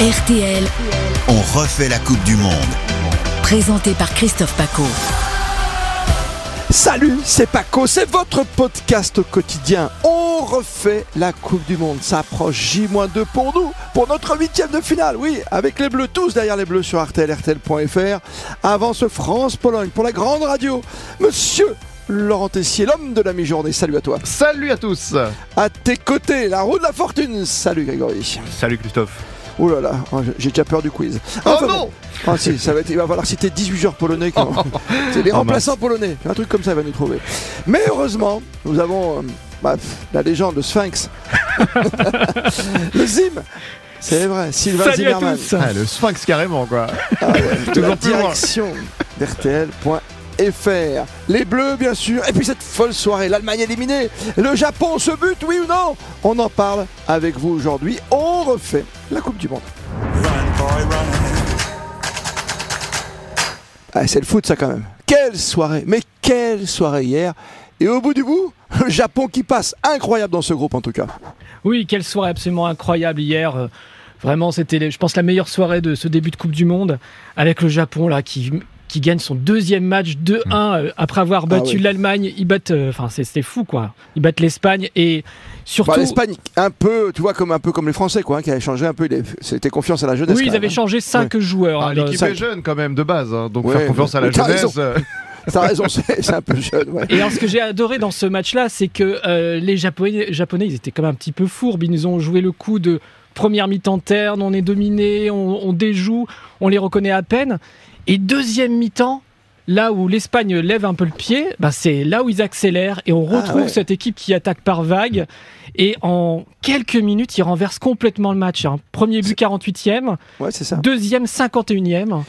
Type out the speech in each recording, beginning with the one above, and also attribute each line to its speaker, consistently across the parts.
Speaker 1: RTL,
Speaker 2: On refait la Coupe du Monde.
Speaker 1: présenté par Christophe Paco.
Speaker 3: Salut, c'est Paco, c'est votre podcast quotidien. On refait la Coupe du Monde. Ça approche J-2 pour nous, pour notre huitième de finale. Oui, avec les Bleus, tous derrière les Bleus sur RTL, RTL.fr. Avant ce France-Pologne pour la grande radio. Monsieur Laurent Tessier, l'homme de la mi-journée. Salut à toi.
Speaker 4: Salut à tous
Speaker 3: À tes côtés, la roue de la fortune. Salut Grégory.
Speaker 4: Salut Christophe
Speaker 3: Oh là là, oh, j'ai déjà peur du quiz.
Speaker 4: Oh
Speaker 3: Enfin,
Speaker 4: non
Speaker 3: Ah si, ça va être, il va falloir citer 18 joueurs polonais. Quand... C'est les
Speaker 4: Oh,
Speaker 3: remplaçants polonais. Un truc comme ça il va nous trouver. Mais heureusement, nous avons euh, bah, pff, la légende, le Sphinx. le Zim. C'est vrai, Sylvain
Speaker 5: Salut à
Speaker 3: Zimmermann.
Speaker 5: tous.
Speaker 4: Ah, Le sphinx carrément quoi
Speaker 3: de la
Speaker 4: Toujours plus loin.
Speaker 3: direction d'RTL.fr. Les Bleus, bien sûr. Et puis cette folle soirée, l'Allemagne éliminée. Le Japon se bute, oui ou non On en parle avec vous aujourd'hui. On refait la Coupe du Monde. Ah, c'est le foot, ça, quand même. Quelle soirée Mais quelle soirée hier Et au bout du bout, le Japon qui passe. Incroyable dans ce groupe, en tout cas. Bah,
Speaker 5: Oui, quelle soirée absolument incroyable hier. Euh, Vraiment, c'était, les- je pense, la meilleure soirée de ce début de Coupe du Monde avec le Japon là qui qui gagne son deuxième match
Speaker 3: Mmh.
Speaker 5: 2-1 euh, après avoir battu
Speaker 3: oui.
Speaker 5: l'Allemagne. Ils battent, euh, enfin, c'est- c'était fou quoi. Ils battent l'Espagne et surtout.
Speaker 3: Bah, L'Espagne, un peu, tu vois, comme, un peu comme les Français, quoi, hein, qui avaient changé un peu. il est- C'était confiance à la jeunesse.
Speaker 5: oui,
Speaker 3: quand
Speaker 5: ils
Speaker 3: même,
Speaker 5: avaient
Speaker 3: hein.
Speaker 5: changé 5 joueurs. hein,
Speaker 4: Ah,
Speaker 5: dans-
Speaker 4: L'équipe
Speaker 3: ça-
Speaker 4: est jeune quand même de base, hein, donc
Speaker 3: Ouais,
Speaker 4: faire confiance à la
Speaker 3: mais t'as
Speaker 4: jeunesse.
Speaker 3: raison.
Speaker 4: euh,
Speaker 3: T'as raison, c'est c'est un peu jeune, ouais.
Speaker 5: Et alors, ce que j'ai adoré dans ce match-là, c'est que euh, les Japonais, Japonais, ils étaient comme un petit peu fourbes. Ils nous ont joué le coup de première mi-temps terne, on est dominé, on, on déjoue, on les reconnaît à peine. Et deuxième mi-temps, là où l'Espagne lève un peu le pied, bah, c'est là où ils accélèrent et on
Speaker 3: Ah,
Speaker 5: retrouve
Speaker 3: ouais.
Speaker 5: cette équipe qui attaque par vague. Et en quelques minutes, ils renversent complètement le match. hein. Premier but 48e,
Speaker 3: Ouais, c'est ça.
Speaker 5: deuxième 51e.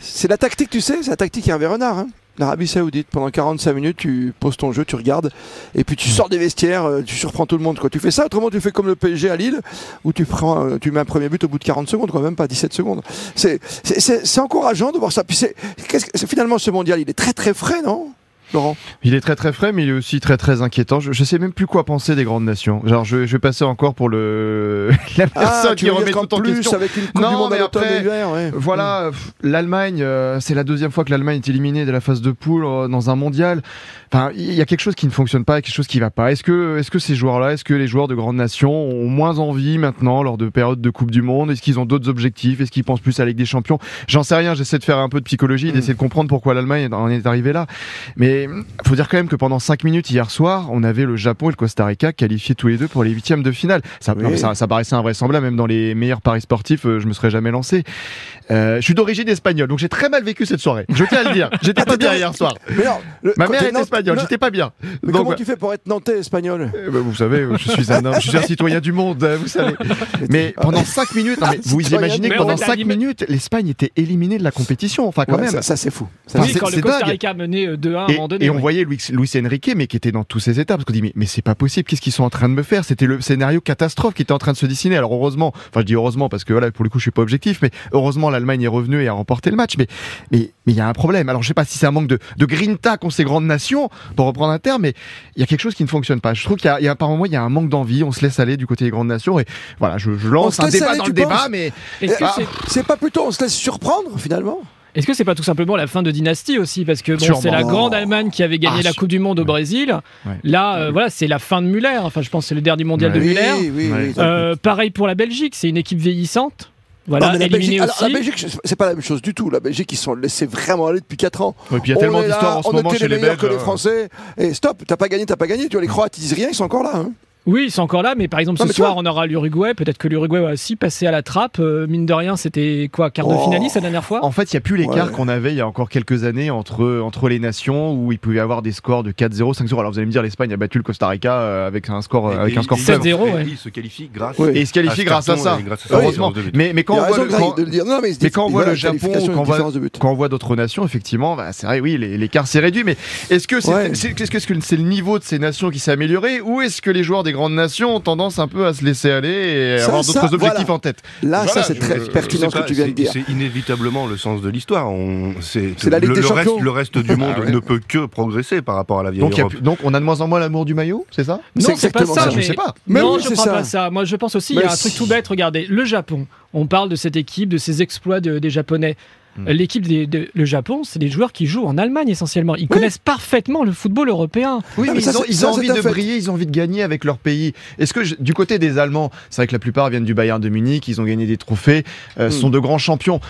Speaker 3: C'est la tactique, tu sais, c'est la tactique Hervé Renard. hein. L'Arabie Saoudite, pendant 45 minutes, tu poses ton jeu, tu regardes, et puis tu sors des vestiaires, euh, tu surprends tout le monde. Quoi. Tu fais ça, autrement tu fais comme le PSG à Lille, où tu, prends, euh, tu mets un premier but au bout de 40 secondes, quand même pas 17 secondes. C'est- C'est c'est- c'est encourageant de voir ça. Puis c'est qu'est-ce que- c'est- finalement ce mondial, il est très très frais, non Laurent
Speaker 4: Il est très très frais, mais il est aussi très très inquiétant. Je, je sais même plus quoi penser des grandes nations. Genre, je, je vais passer encore pour le la Ah, personne
Speaker 3: Ah, tu
Speaker 4: qui
Speaker 3: veux
Speaker 4: remet
Speaker 3: dire qu'en
Speaker 4: tout en
Speaker 3: plus,
Speaker 4: question.
Speaker 3: avec une Coupe
Speaker 4: Non,
Speaker 3: du Monde à
Speaker 4: mais
Speaker 3: l'automne
Speaker 4: après,
Speaker 3: et l'hiver, ouais. Mm.
Speaker 4: Voilà, pff, l'Allemagne, euh, c'est la deuxième fois que l'Allemagne est éliminée de la phase de poule euh, dans un mondial. Enfin, il y a quelque chose qui ne fonctionne pas, quelque chose qui ne va pas. Est-ce que, est-ce que ces joueurs-là, est-ce que les joueurs de grandes nations ont moins envie maintenant lors de périodes de Coupe du Monde Est-ce qu'ils ont d'autres objectifs Est-ce qu'ils pensent plus à la Ligue des Champions J'en sais rien, j'essaie de faire un peu de
Speaker 3: Mm.
Speaker 4: psychologie, d'essayer de comprendre pourquoi l'Allemagne en est arrivée là. Mais il faut dire quand même que pendant 5 minutes hier soir, on avait le Japon et le Costa Rica qualifiés tous les deux pour les huitièmes de finale. Ça,
Speaker 3: Oui.
Speaker 4: non, mais ça, ça paraissait invraisemblable, même dans les meilleurs paris sportifs, euh, je me serais jamais lancé. Euh, je suis d'origine espagnole, donc j'ai très mal vécu cette soirée. Je tiens à le dire, j'étais pas bien hier soir.
Speaker 3: Mais alors, le-
Speaker 4: Ma
Speaker 3: quand
Speaker 4: mère
Speaker 3: t'es
Speaker 4: est
Speaker 3: Nantes-
Speaker 4: espagnole,
Speaker 3: Non,
Speaker 4: j'étais pas bien.
Speaker 3: mais
Speaker 4: Donc,
Speaker 3: comment tu fais pour être nantais espagnol
Speaker 4: euh, bah, vous savez, je suis un homme, je suis un citoyen du monde, euh, vous savez. Mais pendant 5 minutes, non, mais vous
Speaker 3: Citoyen
Speaker 4: imaginez
Speaker 3: du
Speaker 4: que
Speaker 5: monde.
Speaker 4: pendant
Speaker 5: Mais
Speaker 4: 5
Speaker 5: on t'a dit-
Speaker 4: minutes, l'Espagne était éliminée de la compétition, enfin quand
Speaker 3: Ouais,
Speaker 4: même.
Speaker 3: ça, ça, c'est fou. Ça,
Speaker 4: Enfin,
Speaker 5: oui,
Speaker 4: c'est-
Speaker 5: quand le
Speaker 4: c'est
Speaker 5: Costa
Speaker 4: dingue.
Speaker 5: Rica menait euh, 2-1 à un
Speaker 4: Et,
Speaker 5: moment donné.
Speaker 4: et on
Speaker 5: ouais.
Speaker 4: voyait Luis, Luis Enrique, mais qui était dans tous ses états, parce qu'on dit, mais, mais c'est pas possible, qu'est-ce qu'ils sont en train de me faire C'était le scénario catastrophe qui était en train de se dessiner. Alors heureusement, enfin je dis heureusement parce que voilà, pour le coup je suis pas objectif, mais heureusement l'Allemagne est revenue et a remporté le match. Mais mais mais il y a un problème. Alors je sais pas si c'est un manque de, de grinta qu'ont ces grandes nations, pour reprendre un terme, mais il y a quelque chose qui ne fonctionne pas. Je trouve qu'il y a, il y a par moment il y a un manque d'envie, on se laisse aller du côté des grandes nations, et voilà, je, je
Speaker 3: On
Speaker 4: lance
Speaker 3: se
Speaker 4: un
Speaker 3: laisse
Speaker 4: débat
Speaker 3: aller,
Speaker 4: dans
Speaker 3: tu
Speaker 4: le débat,
Speaker 3: penses
Speaker 4: mais
Speaker 5: Est-ce que
Speaker 4: Ah.
Speaker 5: c'est
Speaker 3: C'est pas plutôt on se laisse surprendre finalement
Speaker 5: Est-ce que c'est pas tout simplement la fin de dynastie aussi Parce que bon,
Speaker 4: Sûrement.
Speaker 5: c'est la grande Allemagne qui avait gagné
Speaker 4: Ah,
Speaker 5: la
Speaker 4: sû-
Speaker 5: Coupe du Monde au
Speaker 4: ouais.
Speaker 5: Brésil.
Speaker 4: Ouais.
Speaker 5: Là, euh, voilà, c'est la fin de Muller. Enfin, je pense que c'est le dernier mondial de
Speaker 4: Ouais.
Speaker 5: Muller.
Speaker 3: oui, oui.
Speaker 4: Ouais. bah,
Speaker 3: oui.
Speaker 5: Euh, pareil pour la Belgique, c'est une équipe vieillissante.
Speaker 3: Non,
Speaker 5: Voilà,
Speaker 3: mais la
Speaker 5: éliminée
Speaker 3: Belgique, alors,
Speaker 5: aussi.
Speaker 3: la Belgique, c'est- c'est pas la même chose du tout. La Belgique, ils sont laissés vraiment aller depuis 4 ans.
Speaker 4: et puis il y a
Speaker 3: On
Speaker 4: tellement
Speaker 3: est là,
Speaker 4: d'histoires en ce
Speaker 3: on
Speaker 4: moment
Speaker 3: était
Speaker 4: chez
Speaker 3: les
Speaker 4: les
Speaker 3: meilleurs
Speaker 4: Belges. euh,
Speaker 3: que les Français. Et stop, t'as pas gagné, t'as pas gagné. Tu vois, les Croates, ils disent rien, ils sont encore là. hein.
Speaker 5: Oui, ils sont encore là, mais par exemple,
Speaker 3: Non,
Speaker 5: ce
Speaker 3: mais tu
Speaker 5: soir, on aura l'Uruguay. Peut-être que l'Uruguay va aussi passer à la trappe. Euh, mine de rien, c'était quoi, quart de
Speaker 3: Oh.
Speaker 5: finaliste la dernière fois
Speaker 4: En fait, il n'y a plus l'écart
Speaker 3: Ouais.
Speaker 4: qu'on avait il y a encore quelques années entre, entre les nations où il pouvait y avoir des scores de 4-0, 5-0. Alors vous allez me dire, l'Espagne a battu le Costa Rica euh, avec un score, euh, avec un score
Speaker 5: il-
Speaker 4: faible.
Speaker 5: 7-0, ouais.
Speaker 6: Et Il se qualifie grâce
Speaker 3: Oui.
Speaker 4: Et ils se qualifient
Speaker 6: Ah,
Speaker 4: grâce à
Speaker 6: carton,
Speaker 4: ça,
Speaker 6: et grâce à ça,
Speaker 4: heureusement.
Speaker 6: différence de but.
Speaker 4: Mais, mais quand
Speaker 3: Il a
Speaker 4: on voit
Speaker 3: raison,
Speaker 4: le-
Speaker 3: Greg,
Speaker 4: quand-
Speaker 3: de le dire. Non, mais, ils se
Speaker 4: mais
Speaker 3: disent,
Speaker 4: quand on voit
Speaker 3: voilà,
Speaker 4: le Japon,
Speaker 3: qualification,
Speaker 4: quand on
Speaker 3: une
Speaker 4: voit-
Speaker 3: différence de but.
Speaker 4: quand on voit d'autres nations, effectivement, bah, c'est vrai, oui, les- l'écart s'est réduit. Mais est-ce que c'est
Speaker 3: Ouais.
Speaker 4: c'est- est-ce que- est-ce que c'est le niveau de ces nations qui s'est amélioré ou est-ce que les joueurs des grandes nations ont tendance un peu à se laisser aller et à
Speaker 3: Ça,
Speaker 4: avoir
Speaker 3: ça,
Speaker 4: d'autres objectifs
Speaker 3: voilà.
Speaker 4: en tête.
Speaker 3: Là, ça,
Speaker 6: Voilà,
Speaker 3: c'est
Speaker 6: je-
Speaker 3: très
Speaker 6: je-
Speaker 3: pertinent ce
Speaker 6: c'est
Speaker 3: que
Speaker 6: pas-
Speaker 3: tu viens de
Speaker 6: c'est-
Speaker 3: dire.
Speaker 6: C'est inévitablement le sens de l'histoire. On-
Speaker 3: C'est la Ligue
Speaker 6: le,
Speaker 3: des
Speaker 6: le
Speaker 3: Champions. Ah
Speaker 6: Reste, le reste du monde ne peut que progresser par rapport à la vieille
Speaker 4: Donc, il y a
Speaker 6: Europe.
Speaker 4: plus- donc on a de moins en moins l'amour du maillot, c'est ça
Speaker 3: C'est
Speaker 5: Non, c'est pas
Speaker 3: exactement
Speaker 5: ça.
Speaker 3: ça,
Speaker 4: je
Speaker 5: mais...
Speaker 4: sais pas.
Speaker 3: Mais
Speaker 5: non,
Speaker 3: oui,
Speaker 5: je
Speaker 3: c'est
Speaker 5: crois
Speaker 3: ça.
Speaker 5: pas ça. Moi, je pense aussi, il y
Speaker 3: Mais
Speaker 5: a un truc
Speaker 3: si.
Speaker 5: tout bête. Regardez, le Japon. On parle de cette équipe, de ses exploits de- des Japonais.
Speaker 4: Hmm.
Speaker 5: Euh, L'équipe des- de- le Japon, c'est des joueurs qui jouent en Allemagne essentiellement. Ils connaissent parfaitement le football européen.
Speaker 4: Oui,
Speaker 3: Ah,
Speaker 4: mais
Speaker 3: mais ça,
Speaker 4: ils ont,
Speaker 3: c'est-
Speaker 4: ils
Speaker 3: ça,
Speaker 4: ont
Speaker 3: c'est
Speaker 4: envie
Speaker 3: un
Speaker 4: de
Speaker 3: fait.
Speaker 4: briller, ils ont envie de gagner avec leur pays. Est-ce que je- du côté des Allemands, c'est vrai que la plupart viennent du Bayern de Munich, ils ont gagné des trophées,
Speaker 3: Hmm.
Speaker 4: euh, sont de grands champions.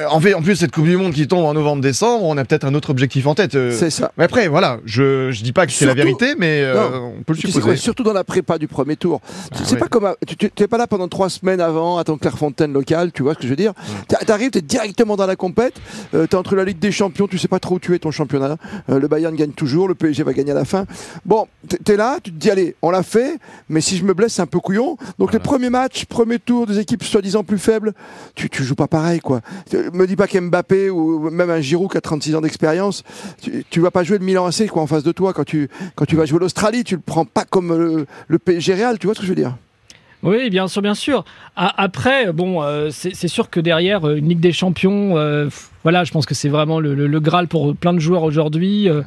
Speaker 4: Euh, en, fait, en plus, cette Coupe du Monde qui tombe en novembre-décembre, on a peut-être un autre objectif en tête. euh,
Speaker 3: C'est ça.
Speaker 4: mais après, voilà, je, je dis pas que c'est la
Speaker 3: Surtout-
Speaker 4: vérité, mais euh, on peut le
Speaker 3: Tu sais quoi,
Speaker 4: supposer.
Speaker 3: surtout dans la prépa du premier tour. Tu- c'est
Speaker 4: ouais.
Speaker 3: pas comme à- tu- tu t'es pas là pendant trois semaines avant à ton Clairefontaine local, tu vois ce que je veux dire T'a- T'arrives, t'es directement dans la compète, euh, t'es entre la Ligue des Champions, tu sais pas trop où tu es ton championnat. Euh, le Bayern gagne toujours, le PSG va gagner à la fin. Bon, t'es- t'es là, tu te dis allez, on l'a fait, mais si je me blesse, c'est un peu couillon. Donc les premiers matchs, premier tour des équipes soi-disant plus faibles, tu, tu joues pas pareil quoi. Euh, Me dis pas qu'Mbappé ou même un Giroud qui a 36 ans d'expérience, tu, tu vas pas jouer le Milan AC quoi en face de toi quand tu quand tu vas jouer l'Australie, tu le prends pas comme euh, le, le PSG Real, tu vois ce que je veux dire
Speaker 5: Oui, bien sûr, bien sûr. A- Après, bon, euh, c'est c'est sûr que derrière euh, une Ligue des Champions, euh, pff, voilà, je pense que c'est vraiment le, le- le graal pour plein de joueurs aujourd'hui. Euh,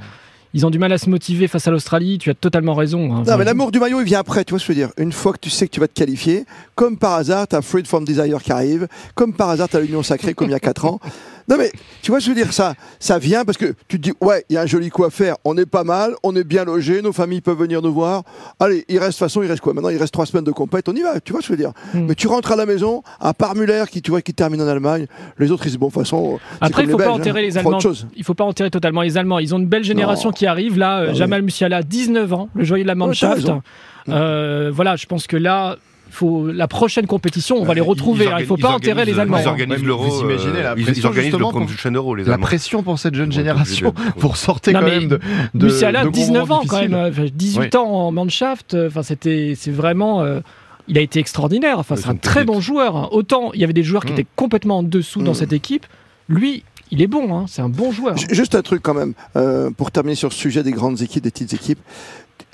Speaker 5: ils ont du mal à se motiver face à l'Australie. Tu as totalement raison. hein.
Speaker 3: Non, mais l'amour du maillot, il vient après, tu vois ce que je veux dire. Une fois que tu sais que tu vas te qualifier, comme par hasard, t'as Freed from Desire qui arrive, comme par hasard, t'as l'Union Sacrée comme il y a 4 ans. Non, mais tu vois, je veux dire, ça, ça vient parce que tu te dis, ouais, il y a un joli coup à faire, on est pas mal, on est bien logé, nos familles peuvent venir nous voir. Allez, il reste, de toute façon, il reste quoi Maintenant, il reste 3 semaines de compète, on y va, tu vois ce que je veux dire.
Speaker 5: Mm.
Speaker 3: Mais tu rentres à la maison, à part Muller qui, tu vois, qui termine en Allemagne, les autres, ils disent, bon, de toute façon, euh, c'est
Speaker 5: Après, il
Speaker 3: comme
Speaker 5: faut
Speaker 3: les
Speaker 5: pas
Speaker 3: Belges,
Speaker 5: enterrer
Speaker 3: hein,
Speaker 5: les
Speaker 3: on fera
Speaker 5: Allemands.
Speaker 3: autre chose.
Speaker 5: Il faut pas enterrer totalement les Allemands. Ils ont une belle génération
Speaker 3: Non.
Speaker 5: qui arrive. Là, euh,
Speaker 3: Ah oui.
Speaker 5: Jamal Musiala, 19 ans, le joyeux de la Mannschaft.
Speaker 3: raison.
Speaker 5: Euh, voilà, je pense que là, faut la prochaine compétition, on va les retrouver. hein.
Speaker 6: Euh, Ils
Speaker 5: Il
Speaker 6: organ-
Speaker 5: faut
Speaker 6: ils
Speaker 5: pas
Speaker 6: organisent- euh,
Speaker 5: enterrer les Allemands.
Speaker 6: Ils
Speaker 5: hein.
Speaker 6: organisent
Speaker 4: Ouais,
Speaker 6: l'euro.
Speaker 4: vous imaginez la
Speaker 6: euh, ils- Ils
Speaker 4: pression,
Speaker 6: organisent le
Speaker 4: justement, pour-
Speaker 6: prochain euro, les
Speaker 4: La
Speaker 6: Allemands.
Speaker 4: pression pour cette jeune
Speaker 6: Ouais,
Speaker 4: génération,
Speaker 6: obligé de-
Speaker 4: vous ressortez
Speaker 5: Non,
Speaker 4: quand
Speaker 5: mais
Speaker 4: même de, de,
Speaker 5: Musiala,
Speaker 4: de gros
Speaker 5: 19
Speaker 4: moments
Speaker 5: ans quand
Speaker 4: difficiles.
Speaker 5: même, euh, enfin, 18 ans en Mannschaft, euh, enfin c'était c'est vraiment euh, il a été extraordinaire, enfin
Speaker 6: Ouais,
Speaker 5: c'est
Speaker 6: c'est
Speaker 5: un
Speaker 6: une
Speaker 5: très
Speaker 6: pépite.
Speaker 5: bon joueur. hein. Autant il y avait des joueurs qui
Speaker 4: Mm.
Speaker 5: étaient complètement en dessous dans
Speaker 3: Mm.
Speaker 5: cette équipe, lui, il est bon hein, c'est un bon joueur.
Speaker 3: Ju- Juste un truc quand même, euh, pour terminer sur ce sujet des grandes équipes, des petites équipes.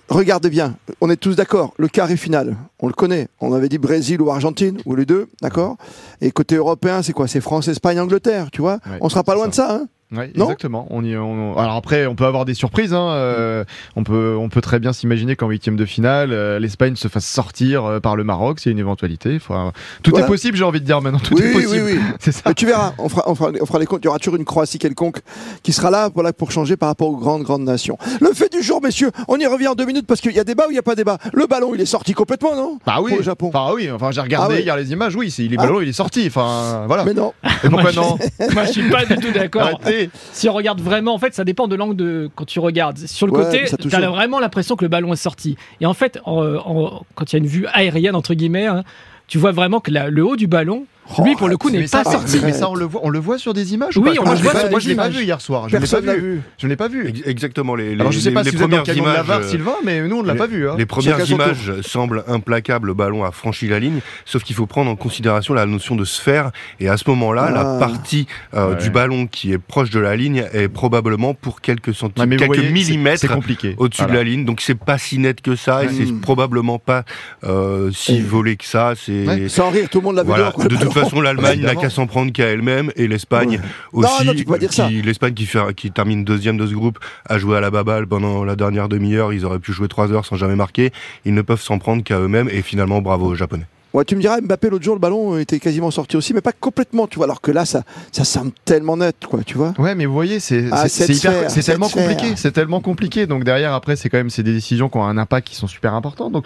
Speaker 3: Regardez bien, on est tous d'accord, le carré final, on le connaît. On avait dit Brésil ou Argentine, ou les deux, d'accord Et côté européen, c'est quoi C'est France, Espagne, Angleterre, tu vois
Speaker 4: Ouais,
Speaker 3: On sera pas loin de ça, hein
Speaker 4: Ouais,
Speaker 3: Non
Speaker 4: exactement. On y, on- alors après, on peut avoir des surprises. hein, euh, on, peut, on peut très bien s'imaginer qu'en huitième de finale, euh, l'Espagne se fasse sortir euh, par le Maroc. C'est une éventualité. Enfin, tout
Speaker 3: Voilà.
Speaker 4: est possible, j'ai envie de dire maintenant. Tout
Speaker 3: Oui,
Speaker 4: est
Speaker 3: oui,
Speaker 4: possible.
Speaker 3: oui.
Speaker 4: C'est ça.
Speaker 3: Mais tu verras, on fera, on, fera, on fera les comptes. Il y aura toujours une Croatie quelconque qui sera là voilà, pour changer par rapport aux grandes, grandes nations. Le fait du jour, messieurs, on y revient en deux minutes parce qu'il y a débat ou il n'y a pas débat. Le ballon, il est sorti complètement, non
Speaker 4: Bah oui.
Speaker 3: Au Japon.
Speaker 4: Enfin, oui. Enfin, j'ai regardé
Speaker 3: Ah oui.
Speaker 4: hier les images. Oui, c'est- il est
Speaker 3: Ah.
Speaker 4: ballon, il est sorti. Enfin, voilà.
Speaker 3: Mais non.
Speaker 4: Et pourquoi non
Speaker 5: Moi je suis pas du tout d'accord.
Speaker 4: Arrêtez.
Speaker 5: Si on regarde vraiment, en fait, ça dépend de l'angle de quand tu regardes. Sur le
Speaker 3: Ouais,
Speaker 5: côté,
Speaker 3: mais ça touche.
Speaker 5: t'as vraiment l'impression que le ballon est sorti. Et en fait, en- en- quand il y a une vue aérienne entre guillemets, hein, tu vois vraiment que la- le haut du ballon,
Speaker 3: Ah
Speaker 5: lui pour le coup,
Speaker 4: Oh, Mais
Speaker 5: n'est
Speaker 4: ça,
Speaker 5: pas
Speaker 4: par-
Speaker 5: sorti.
Speaker 4: Mais ça, on le voit, on le voit sur des images. ou
Speaker 5: Oui,
Speaker 4: pas
Speaker 5: on
Speaker 4: Moi,
Speaker 5: le
Speaker 4: je
Speaker 5: voit
Speaker 4: l'ai
Speaker 5: sur
Speaker 4: pas-
Speaker 5: des
Speaker 4: Moi, je l'ai pas
Speaker 5: images.
Speaker 4: vu hier soir. Je l'ai pas
Speaker 3: Personne n'a
Speaker 4: vu.
Speaker 3: vu.
Speaker 4: Je l'ai pas vu.
Speaker 6: Ex- Exactement. Les, les,
Speaker 4: Alors, je sais
Speaker 6: les-
Speaker 4: pas
Speaker 6: les
Speaker 4: si vous êtes dans le
Speaker 6: premières
Speaker 4: camion de la
Speaker 6: images.
Speaker 4: VAR,
Speaker 6: euh,
Speaker 4: Sylvain, mais nous, on l'a
Speaker 6: les-
Speaker 4: pas vu. hein.
Speaker 6: Les
Speaker 3: Chacun
Speaker 6: premières
Speaker 3: son
Speaker 6: images semblent implacables, le ballon a franchi la ligne, sauf qu'il faut prendre en considération la notion de sphère, et à ce moment-là,
Speaker 3: Ah.
Speaker 6: la partie euh,
Speaker 4: Ouais.
Speaker 6: du ballon qui est proche de la ligne est probablement pour quelques
Speaker 4: Ouais,
Speaker 6: centimètres,
Speaker 4: mais vous voyez,
Speaker 6: quelques
Speaker 4: c'est-
Speaker 6: millimètres
Speaker 4: C'est compliqué.
Speaker 6: au-dessus
Speaker 4: Voilà.
Speaker 6: de la ligne, donc c'est pas si net que ça, et
Speaker 3: Ouais.
Speaker 6: c'est probablement pas euh, si
Speaker 3: Et-
Speaker 6: volé que ça, c'est...
Speaker 4: Ouais.
Speaker 3: Sans rire, tout le monde l'a vu
Speaker 6: Voilà.
Speaker 3: dehors, quoi, le
Speaker 6: De toute
Speaker 3: ballon.
Speaker 6: façon, l'Allemagne n'a
Speaker 4: Évidemment.
Speaker 6: qu'à s'en prendre qu'à elle-même et l'Espagne
Speaker 3: Non,
Speaker 6: aussi.
Speaker 3: non, tu peux pas dire ça.
Speaker 6: qui- L'Espagne qui, fait- qui termine deuxième de ce groupe a joué à la baballe pendant la dernière demi-heure. Ils auraient pu jouer trois heures sans jamais marquer. Ils ne peuvent s'en prendre qu'à eux-mêmes et finalement, bravo aux Japonais.
Speaker 3: Ouais, tu me diras, Mbappé l'autre jour, le ballon euh, était quasiment sorti aussi, mais pas complètement, tu vois. Alors que là, ça, ça semble tellement net, quoi, tu vois.
Speaker 4: Ouais, mais vous voyez, c'est
Speaker 3: Ah,
Speaker 4: c'est-
Speaker 3: cette
Speaker 4: c'est hyper-
Speaker 3: sphère,
Speaker 4: c'est tellement
Speaker 3: cette sphère.
Speaker 4: compliqué, c'est tellement compliqué. Donc derrière, après, c'est quand même c'est des décisions qui ont un impact qui sont super importants. Donc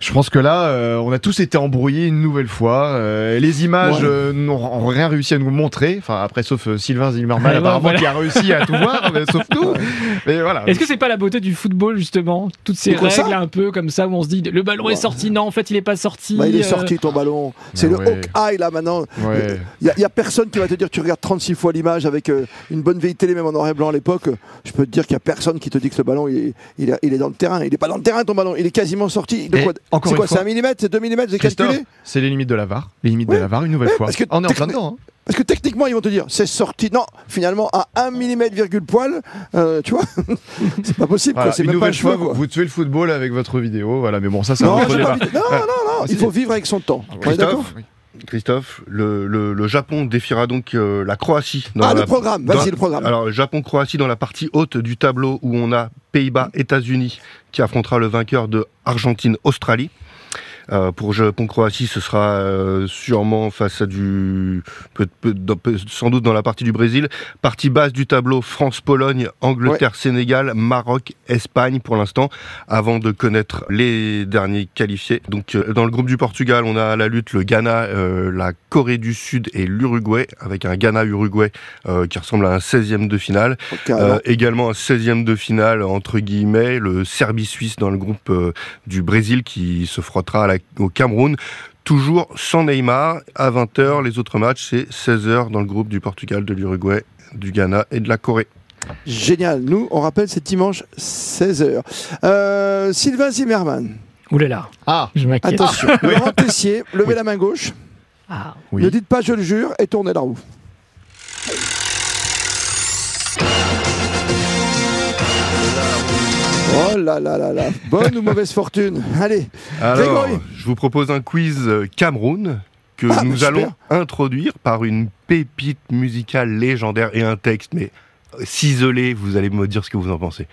Speaker 4: je pense que là, euh, on a tous été embrouillés une nouvelle fois. Euh, les images
Speaker 3: Ouais.
Speaker 4: euh, n'ont n'ont rien réussi à nous montrer. Enfin, après, sauf euh, Sylvain Zimmermann,
Speaker 5: Ouais, ouais,
Speaker 4: apparemment,
Speaker 5: voilà.
Speaker 4: qui a réussi à tout voir, mais sauf nous. Mais voilà.
Speaker 5: Est-ce que c'est pas la beauté du football justement Toutes ces
Speaker 3: C'est quoi ça
Speaker 5: règles un peu comme ça où on se dit le ballon
Speaker 3: Ouais.
Speaker 5: est sorti, non en fait il est pas sorti.
Speaker 3: Bah, il est
Speaker 5: euh,
Speaker 3: sorti ton ballon. C'est le
Speaker 4: Ah ouais.
Speaker 3: Hawkeye là maintenant.
Speaker 4: Ouais.
Speaker 3: Il n'y a, personne qui va te dire tu regardes 36 fois l'image avec euh, une bonne vieille télé, même en noir et blanc à l'époque. Je peux te dire qu'il n'y a personne qui te dit que le ballon il est, il est, il est dans le terrain. Il n'est pas dans le terrain ton ballon, il est quasiment sorti. De
Speaker 4: Et-
Speaker 3: quoi-
Speaker 4: Encore
Speaker 3: C'est
Speaker 4: une
Speaker 3: quoi C'est
Speaker 4: fois.
Speaker 3: 1 mm C'est 2 mm C'est
Speaker 4: Christophe,
Speaker 3: calculé
Speaker 4: C'est les limites de la VAR, les limites
Speaker 3: Oui.
Speaker 4: de la VAR une nouvelle
Speaker 3: Oui,
Speaker 4: fois.
Speaker 3: parce que
Speaker 4: Ah, on est en plein
Speaker 3: techni-
Speaker 4: dedans. hein.
Speaker 3: Parce que techniquement, ils vont te dire, c'est sorti. Non, finalement, à 1 mm virgule poil, euh, tu vois, c'est pas possible. quoi,
Speaker 4: Voilà,
Speaker 3: c'est
Speaker 4: une
Speaker 3: même pas un
Speaker 4: nouvelle fois,
Speaker 3: cheveu.
Speaker 4: vous,
Speaker 3: quoi.
Speaker 4: vous tuez le football avec votre vidéo, voilà. Mais bon, ça, c'est un
Speaker 3: Non,
Speaker 4: autre
Speaker 3: j'ai pas
Speaker 4: débat.
Speaker 3: envie de- non, non, non,
Speaker 4: Ah,
Speaker 3: il
Speaker 4: si.
Speaker 3: faut vivre avec son temps. On est
Speaker 6: Christophe,
Speaker 3: d'accord
Speaker 6: Christophe, le, le- le Japon défiera donc euh, la Croatie dans
Speaker 3: Ah,
Speaker 6: la
Speaker 3: le programme,
Speaker 6: dans-
Speaker 3: vas-y, le programme.
Speaker 6: Alors, Japon-Croatie dans la partie haute du tableau où on a Pays-Bas-États-Unis qui affrontera le vainqueur de Argentine-Australie. Euh, pour Japon-Croatie, ce sera euh, sûrement face à du. peut- peut- dans- peut- sans doute dans la partie du Brésil. Partie basse du tableau France-Pologne, Angleterre-Sénégal, Maroc-Espagne pour l'instant, avant de connaître les derniers qualifiés. Donc, euh, dans le groupe du Portugal, on a à la lutte le Ghana, euh, la Corée du Sud et l'Uruguay, avec un Ghana-Uruguay euh, qui ressemble à un 16e de finale.
Speaker 3: Ok, alors,
Speaker 6: Euh, également un 16e de finale, entre guillemets, le Serbie-Suisse dans le groupe euh, du Brésil qui se frottera à la- au Cameroun. Toujours sans Neymar, à 20h, les autres matchs, c'est 16h dans le groupe du Portugal, de l'Uruguay, du Ghana et de la Corée.
Speaker 3: Génial. Nous, on rappelle, c'est dimanche 16h. Euh, Sylvain Zimmerman,
Speaker 5: Ouh là là,
Speaker 4: Ah,
Speaker 5: je m'inquiète.
Speaker 3: attention. Laurent Tessier, levez la main gauche.
Speaker 5: Ah.
Speaker 4: Oui.
Speaker 3: Ne dites pas je le jure et tournez la roue. Oh là là là là. Bonne ou mauvaise fortune Allez.
Speaker 6: Alors,
Speaker 3: Grégory.
Speaker 6: je vous propose un quiz euh, Cameroun que
Speaker 3: Ah,
Speaker 6: nous
Speaker 3: super.
Speaker 6: allons introduire par une pépite musicale légendaire et un texte, mais euh, ciselé, vous allez me dire ce que vous en pensez.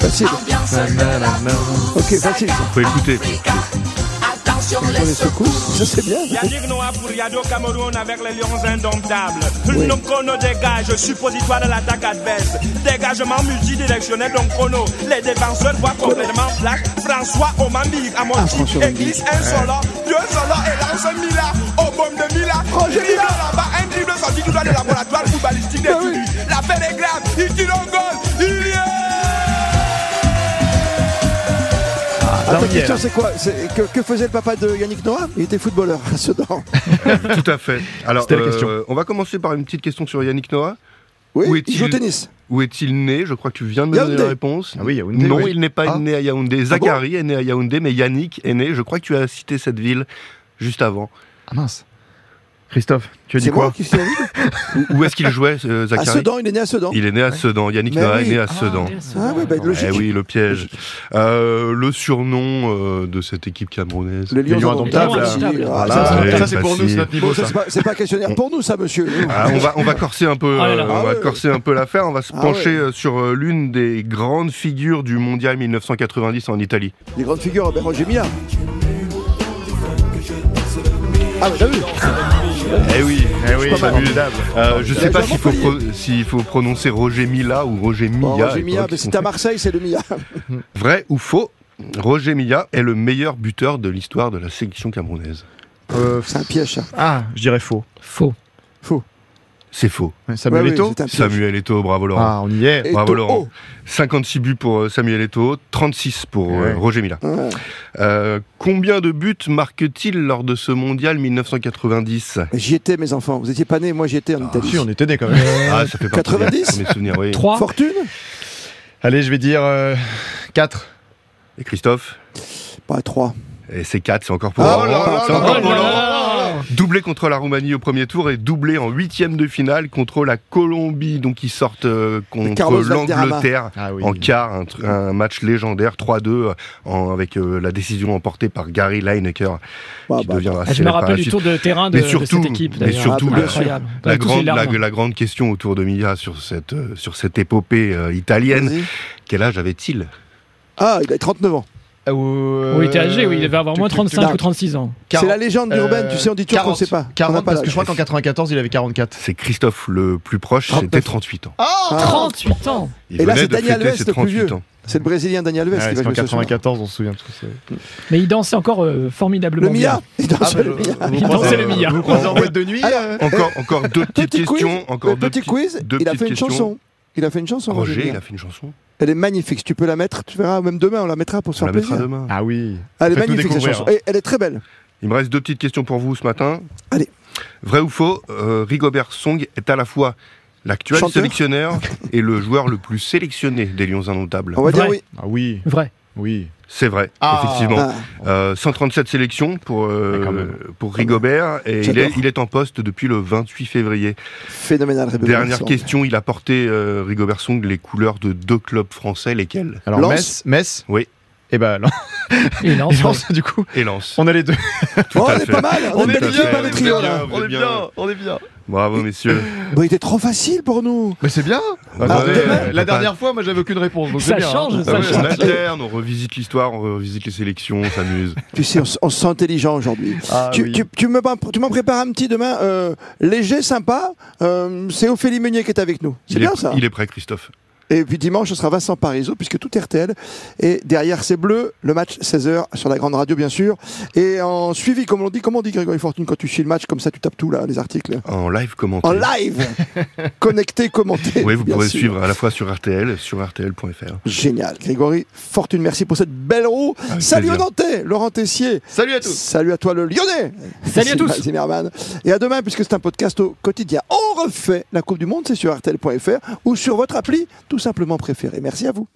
Speaker 3: Facile. Ok, facile. ça.
Speaker 6: Vous pouvez écouter.
Speaker 3: On les secousses. Ça, c'est bien.
Speaker 7: Yannick Noah pour Yado Cameroun avec les Lions indomptables. Nos Kono dégage, suppositoire de l'attaque adverse. Dégagement multidirectionnel donc Kono. Les défenseurs voient complètement flash. François Omami, à mon
Speaker 3: Ah, François Omami.
Speaker 7: église un solo, deux solo et lance Mila. Au bombe de Mila.
Speaker 3: Roger
Speaker 7: Mila là-bas, un dribble sorti tout droit de laboratoire footballistique des
Speaker 3: Ah oui.
Speaker 7: Toubis. La paix est grave, il tire un goal, il y est
Speaker 3: Ah, ta question, c'est quoi C'est que, que faisait le papa de Yannick Noah Il était footballeur à Sedan.
Speaker 6: Tout à fait. Alors,
Speaker 4: C'était la
Speaker 6: euh,
Speaker 4: question.
Speaker 6: on va commencer par une petite question sur Yannick Noah.
Speaker 3: Oui,
Speaker 6: Où
Speaker 3: il joue au
Speaker 6: est-il
Speaker 3: tennis.
Speaker 6: Où est-il né Je crois que tu viens de me
Speaker 3: Yaoundé.
Speaker 6: donner la réponse.
Speaker 4: Ah oui, Yaoundé,
Speaker 6: non,
Speaker 4: oui.
Speaker 6: il n'est pas
Speaker 4: Ah.
Speaker 6: né à Yaoundé.
Speaker 3: bon
Speaker 6: Zachary est né à Yaoundé, mais Yannick est né. Je crois que tu as cité cette ville juste avant.
Speaker 4: ah, mince. Christophe, tu as dit
Speaker 3: C'est moi
Speaker 4: quoi
Speaker 3: qui suis allé
Speaker 6: Où, où est-ce qu'il jouait, euh,
Speaker 3: À
Speaker 6: Zachary
Speaker 3: Sedan, il est né à Sedan.
Speaker 6: Il est né à Sedan. Yannick
Speaker 3: Mais
Speaker 6: Noah
Speaker 3: oui.
Speaker 6: est né à Sedan.
Speaker 3: Ah oui, bah,
Speaker 6: Eh
Speaker 3: logique.
Speaker 6: oui, le piège. Euh, le surnom euh, de cette équipe camerounaise.
Speaker 3: Les Lions
Speaker 4: Les Lions
Speaker 3: indomptables.
Speaker 5: indomptables.
Speaker 3: aussi. Ah,
Speaker 5: Voilà.
Speaker 3: ça,
Speaker 4: Ah,
Speaker 3: c'est
Speaker 6: ouais,
Speaker 4: ça, c'est pour nous,
Speaker 6: facile.
Speaker 4: c'est notre niveau.
Speaker 3: Bon, ça,
Speaker 4: ça.
Speaker 3: c'est pas, c'est pas questionnaire pour nous, ça, monsieur.
Speaker 6: Ah, on, va, on va corser un peu,
Speaker 5: Ah là là.
Speaker 6: euh, on
Speaker 3: Ah
Speaker 6: va
Speaker 3: ouais.
Speaker 6: corser un peu l'affaire. On va se
Speaker 3: Ah
Speaker 6: pencher
Speaker 3: ouais.
Speaker 6: euh, sur euh, l'une des grandes figures du mondial 1990 en Italie.
Speaker 3: Les grandes figures, ben Roger Mila. Ah, bah, t'as vu
Speaker 6: Eh oui, eh oui,
Speaker 3: pas mal.
Speaker 6: formidable. Euh, je
Speaker 3: Il a
Speaker 6: sais pas
Speaker 3: joué à
Speaker 6: s'il faut,
Speaker 3: Montpellier.
Speaker 6: pro- s'il faut prononcer Roger Mila ou Roger Milla.
Speaker 3: Bon,
Speaker 6: à
Speaker 3: Roger
Speaker 6: l'époque,
Speaker 3: Milla,
Speaker 6: ils
Speaker 3: mais si
Speaker 6: sont-
Speaker 3: t'es à Marseille, c'est le Milla.
Speaker 6: Vrai ou faux Roger Milla est le meilleur buteur de l'histoire de la sélection camerounaise.
Speaker 4: Euh,
Speaker 3: C'est un piège, ça.
Speaker 4: ah, je dirais faux.
Speaker 5: Faux.
Speaker 6: C'est faux.
Speaker 4: Ouais, Samuel
Speaker 3: Ouais, oui,
Speaker 4: Eto'o
Speaker 3: c'est un piège.
Speaker 6: Samuel Eto'o, bravo Laurent.
Speaker 4: Ah, on y est.
Speaker 3: Et
Speaker 6: Bravo
Speaker 3: tôt-
Speaker 6: Laurent. 56 buts pour euh, Samuel Eto'o, 36 pour euh,
Speaker 4: Ouais.
Speaker 6: Roger Mila.
Speaker 3: oh. Ouais.
Speaker 6: Euh, combien de buts marque-t-il lors de ce mondial 1990
Speaker 3: J'y étais, mes enfants. Vous étiez pas nés, moi j'y étais en Italie.
Speaker 4: Ah, Si, on était nés quand même.
Speaker 6: Ah, ça fait partie
Speaker 3: 90?
Speaker 6: des premiers souvenirs, oui.
Speaker 5: 3.
Speaker 3: Fortune
Speaker 4: Allez, je vais dire euh, 4.
Speaker 6: Et Christophe
Speaker 3: Pas trois.
Speaker 6: Et c'est 4, c'est encore pour
Speaker 3: Ah,
Speaker 6: Laurent.
Speaker 3: là là
Speaker 5: Oh
Speaker 6: C'est
Speaker 3: là
Speaker 6: encore
Speaker 3: là
Speaker 6: pour
Speaker 3: là
Speaker 6: Laurent. Doublé contre la Roumanie au premier tour et doublé en huitième de finale contre la Colombie, donc ils sortent euh, contre
Speaker 3: Carlos Valderrama.
Speaker 6: l'Angleterre
Speaker 4: Ah oui.
Speaker 6: en quart, un, tr- un match légendaire 3-2 euh, en- avec euh, la décision emportée par Gary Lineker
Speaker 3: Bah,
Speaker 6: qui
Speaker 3: bah.
Speaker 6: deviendra
Speaker 5: Ah, je
Speaker 6: célèbre
Speaker 5: me
Speaker 6: par la
Speaker 5: rappelle du
Speaker 6: suite.
Speaker 5: tour de terrain de,
Speaker 6: Mais
Speaker 5: de
Speaker 6: surtout-
Speaker 5: cette équipe.
Speaker 6: mais
Speaker 5: d'ailleurs. Ah,
Speaker 6: surtout,
Speaker 3: la-
Speaker 5: incroyable. On a
Speaker 6: La
Speaker 5: tous les
Speaker 6: grande, la,
Speaker 5: larmes.
Speaker 6: la grande question autour de Milla sur cette, euh, sur cette épopée euh, italienne,
Speaker 3: Vas-y.
Speaker 6: quel âge avait-il
Speaker 3: Ah, il a 39 ans.
Speaker 4: euh,
Speaker 5: Oui, il était âgé, oui, il devait avoir moins 35
Speaker 3: tu-
Speaker 5: ou 36 ans.
Speaker 3: C'est la légende
Speaker 6: euh,
Speaker 3: urbaine, tu sais, on dit toujours qu'on sait pas. On n'a
Speaker 4: 40,
Speaker 3: pas
Speaker 4: Euh, parce que
Speaker 3: l'âge.
Speaker 4: je crois qu'en 94, il avait 44.
Speaker 6: C'est Christophe le plus proche,
Speaker 4: 39.
Speaker 6: c'était 38 ans.
Speaker 3: Ah,
Speaker 5: 38 ans
Speaker 6: Il
Speaker 3: Et là,
Speaker 6: venait
Speaker 3: c'est
Speaker 6: de
Speaker 3: Daniel
Speaker 6: fêter
Speaker 3: Alves,
Speaker 6: ses
Speaker 3: le plus
Speaker 6: 38
Speaker 3: vieux.
Speaker 6: ans.
Speaker 3: C'est le Brésilien Daniel Alves qui va jouer
Speaker 4: en
Speaker 3: ce soir.
Speaker 4: 94, on se souvient tous.
Speaker 5: Mais il dansait encore euh, formidablement
Speaker 3: Le Milla Il
Speaker 6: Ah,
Speaker 3: danse Ah,
Speaker 6: bah,
Speaker 3: le Milla.
Speaker 5: dansait le Milla.
Speaker 4: Ah, bah, Vous croisez en boîte de nuit
Speaker 3: Alors,
Speaker 4: euh,
Speaker 6: Encore, encore deux petites
Speaker 3: Petit quiz,
Speaker 6: questions. Encore
Speaker 3: le
Speaker 6: deux
Speaker 3: petit
Speaker 6: petites-
Speaker 3: quiz,
Speaker 6: deux
Speaker 3: il a
Speaker 6: petites
Speaker 3: fait une
Speaker 6: questions.
Speaker 3: chanson. Il a fait une chanson, Roger
Speaker 6: Roger,
Speaker 3: Milla.
Speaker 6: il a fait une chanson.
Speaker 3: Elle est magnifique. Si tu peux la mettre, tu verras. Même demain, on la mettra pour se
Speaker 6: On
Speaker 3: faire
Speaker 6: la mettra
Speaker 3: plaisir.
Speaker 6: demain.
Speaker 4: Ah oui.
Speaker 3: Elle est
Speaker 4: Faites-nous
Speaker 3: magnifique cette
Speaker 4: découvrir.
Speaker 3: chanson. Et elle est très belle.
Speaker 6: Il me reste deux petites questions pour vous ce matin.
Speaker 3: Allez.
Speaker 6: Vrai ou faux, euh, Rigobert Song est à la fois l'actuel
Speaker 3: Chanteur.
Speaker 6: sélectionneur et le joueur le plus sélectionné des Lions Indomptables.
Speaker 3: On va dire
Speaker 5: Vrai.
Speaker 3: oui.
Speaker 4: Ah oui.
Speaker 5: Vrai.
Speaker 4: Oui.
Speaker 6: C'est vrai,
Speaker 8: Ah.
Speaker 6: effectivement.
Speaker 3: Ah,
Speaker 6: Euh, 137 sélections pour, euh,
Speaker 4: Ah, quand même.
Speaker 6: pour Rigobert et il
Speaker 3: J'adore.
Speaker 6: est, il est en poste depuis le 28 février.
Speaker 3: phénoménal. Rebecca
Speaker 6: Dernière
Speaker 3: Wilson.
Speaker 6: question, il a porté euh, Rigobert Song les couleurs de deux clubs français, lesquels
Speaker 4: Alors
Speaker 3: Lens
Speaker 4: Metz, Metz
Speaker 6: Oui.
Speaker 4: Et bah Lens,
Speaker 5: Et là, on
Speaker 4: et
Speaker 5: se-
Speaker 4: Lens, du coup,
Speaker 6: Et Lens.
Speaker 4: on a les deux.
Speaker 3: Oh, on
Speaker 6: à
Speaker 3: est
Speaker 6: fait.
Speaker 3: pas mal. On,
Speaker 6: On
Speaker 3: est
Speaker 6: est
Speaker 3: bien
Speaker 6: bien,
Speaker 3: par le
Speaker 6: on est
Speaker 3: trio
Speaker 6: bien.
Speaker 3: là.
Speaker 6: Vous êtes
Speaker 4: on est bien.
Speaker 6: Bravo messieurs.
Speaker 3: Bon, il était trop facile pour nous.
Speaker 4: Mais c'est bien.
Speaker 6: Ah,
Speaker 3: ouais,
Speaker 4: Attendez, euh,
Speaker 6: ouais,
Speaker 4: la
Speaker 6: ouais.
Speaker 4: dernière fois, moi j'avais aucune réponse. Donc
Speaker 5: Ça
Speaker 4: c'est bien,
Speaker 5: change,
Speaker 4: hein.
Speaker 5: ça
Speaker 6: Ah ouais,
Speaker 5: change.
Speaker 6: on alterne, on revisite l'histoire, on revisite les sélections, on s'amuse.
Speaker 3: Tu sais, on, s- on se sent intelligent aujourd'hui.
Speaker 4: Ah,
Speaker 3: tu,
Speaker 4: oui.
Speaker 3: tu- tu me pr- tu m'en prépares un petit demain euh, léger, sympa. Euh, c'est Ophélie Meunier qui est avec nous. C'est
Speaker 6: Il
Speaker 3: bien
Speaker 6: est-
Speaker 3: ça.
Speaker 6: Il est prêt Christophe.
Speaker 3: Et puis dimanche, ce sera Vincent Parisot, puisque tout est RTL. Et derrière, c'est bleu. Le match, 16h, sur la grande radio, bien sûr. Et en suivi, comme on dit, comment on dit Grégory Fortune quand tu suis le match, comme ça, tu tapes tout, là, les articles.
Speaker 6: En live commenté.
Speaker 3: En live Connecté, commenté.
Speaker 6: Oui, vous
Speaker 3: bien
Speaker 6: pourrez
Speaker 3: sûr.
Speaker 6: suivre à la fois sur RTL et sur RTL.fr.
Speaker 3: Génial. Grégory Fortune, merci pour cette belle roue.
Speaker 6: Avec
Speaker 3: Salut aux
Speaker 6: plaisir.
Speaker 3: Nantais, Laurent Tessier.
Speaker 4: Salut à tous.
Speaker 3: Salut à toi le Lyonnais.
Speaker 5: Salut à
Speaker 3: C'est
Speaker 5: tous.
Speaker 3: Max Zimmermann. Et à demain puisque c'est un podcast au quotidien. On refait la Coupe du Monde, c'est sur RTL.fr ou sur votre appli tout simplement préférée. Merci à vous.